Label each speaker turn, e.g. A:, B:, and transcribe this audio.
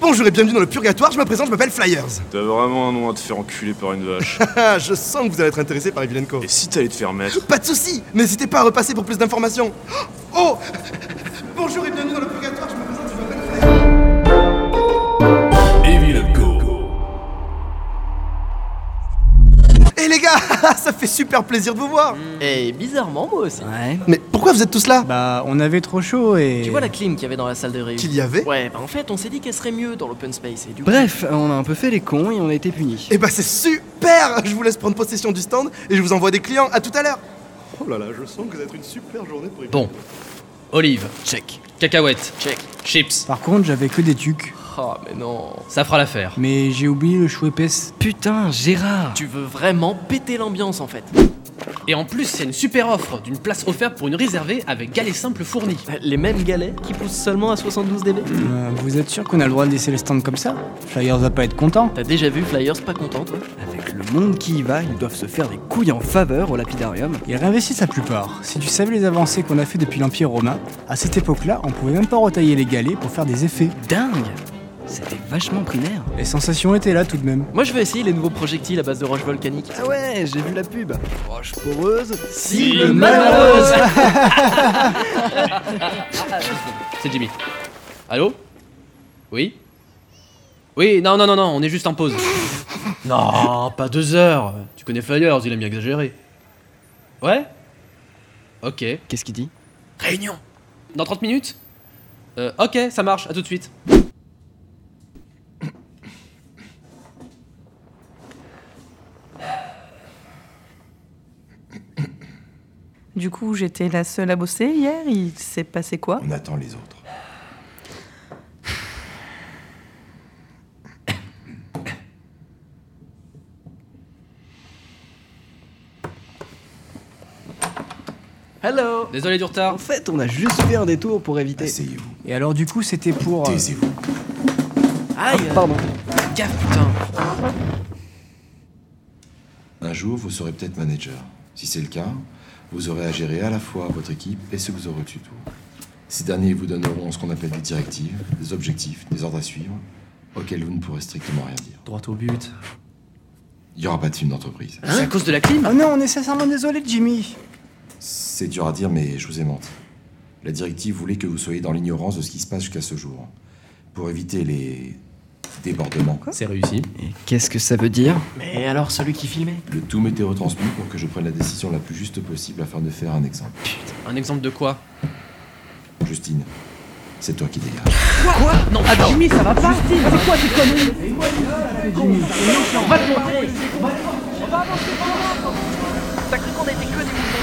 A: Bonjour et bienvenue dans le purgatoire, je me présente, je m'appelle Flyers.
B: T'as vraiment un nom à te faire enculer par une vache.
A: Ah, je sens que vous allez être intéressé par Evilenko.
B: Et si t'allais te faire mettre
A: Pas de soucis, n'hésitez pas à repasser pour plus d'informations. Oh Bonjour et bienvenue dans le purgatoire, je me présente, je m'appelle Flyers. Eh les gars, ça fait super plaisir de vous voir.
C: Et bizarrement, moi aussi.
D: Ouais.
A: Mais pourquoi vous êtes tous là
D: Bah, on avait trop chaud et.
C: Tu vois la clim qu'il y avait dans la salle de réunion
A: Qu'il y avait
C: Ouais, bah en fait, on s'est dit qu'elle serait mieux dans l'open space. Et du coup,
D: Bref, on a un peu fait les cons et on a été punis.
A: Eh bah c'est super Je vous laisse prendre possession du stand et je vous envoie des clients, à tout à l'heure Oh là là, je sens que ça va être une super journée pour
E: Bon. Olive, check. Cacahuètes,
C: check.
E: chips,
D: Par contre, j'avais que des tucs.
C: Oh, mais non.
E: ça fera l'affaire.
D: Mais j'ai oublié le chou épaisse.
E: Putain, Gérard
C: Tu veux vraiment péter l'ambiance en fait.
E: Et en plus, c'est une super offre d'une place offerte pour une réservée avec galet simple fourni.
C: Les mêmes galets qui poussent seulement à 72 dB
D: Euh, vous êtes sûr qu'on a le droit de laisser le stand comme ça Flyers va pas être content.
C: T'as déjà vu Flyers pas content, toi
F: Avec le monde qui y va, ils doivent se faire des couilles en faveur au lapidarium.
D: Ils réinvestissent la plupart. Si tu savais les avancées qu'on a fait depuis l'Empire romain, à cette époque-là, on pouvait même pas retailler les galets pour faire des effets.
F: Dingue C'était vachement primaire.
D: Les sensations étaient là tout de même.
C: Moi, je veux essayer les nouveaux projectiles à base de roches volcaniques.
F: Ah ouais, j'ai vu la pub. Roche poreuse.
E: le malheureuse C'est Jimmy. Allô Oui Oui, non, non, non, non, on est juste en pause. Non, pas deux heures. Tu connais Flyers, il aime bien exagérer. Ouais Ok.
F: Qu'est-ce qu'il dit
E: Réunion Dans 30 minutes Euh, Ok, ça marche, à tout de suite.
G: Du coup, j'étais la seule à bosser hier. Il s'est passé quoi
B: On attend les autres.
C: Hello
E: Désolé du retard.
F: En fait, on a juste fait un détour pour éviter.
B: Asseyez-vous,
D: Et alors, du coup, c'était pour. euh,
B: taisez-vous.
C: Aïe
F: Ah, Pardon.
C: Gaffe, putain
B: Un jour, vous serez peut-être manager. Si c'est le cas, vous aurez à gérer à la fois votre équipe et ceux que vous aurez au-dessus de vous. Ces derniers vous donneront ce qu'on appelle des directives, des objectifs, des ordres à suivre, auxquels vous ne pourrez strictement rien dire.
E: Droit au but.
B: Il n'y aura pas de film d'entreprise.
F: Hein
E: C'est à cause de la clim
D: Oh non, on est sincèrement désolé, Jimmy.
B: C'est dur à dire, mais je vous ai menti. La directive voulait que vous soyez dans l'ignorance de ce qui se passe jusqu'à ce jour, pour éviter les débordements.
E: C'est réussi.
F: Et qu'est-ce que ça veut dire
C: Mais alors, celui qui filmait
B: Le tout m'était retransmis pour que je prenne la décision la plus juste possible afin de faire un exemple.
E: Un exemple de quoi
B: Justine, c'est toi qui dégage.
E: Non, attends Jimmy, ça va pas
C: T'as cru qu'on était que des moutons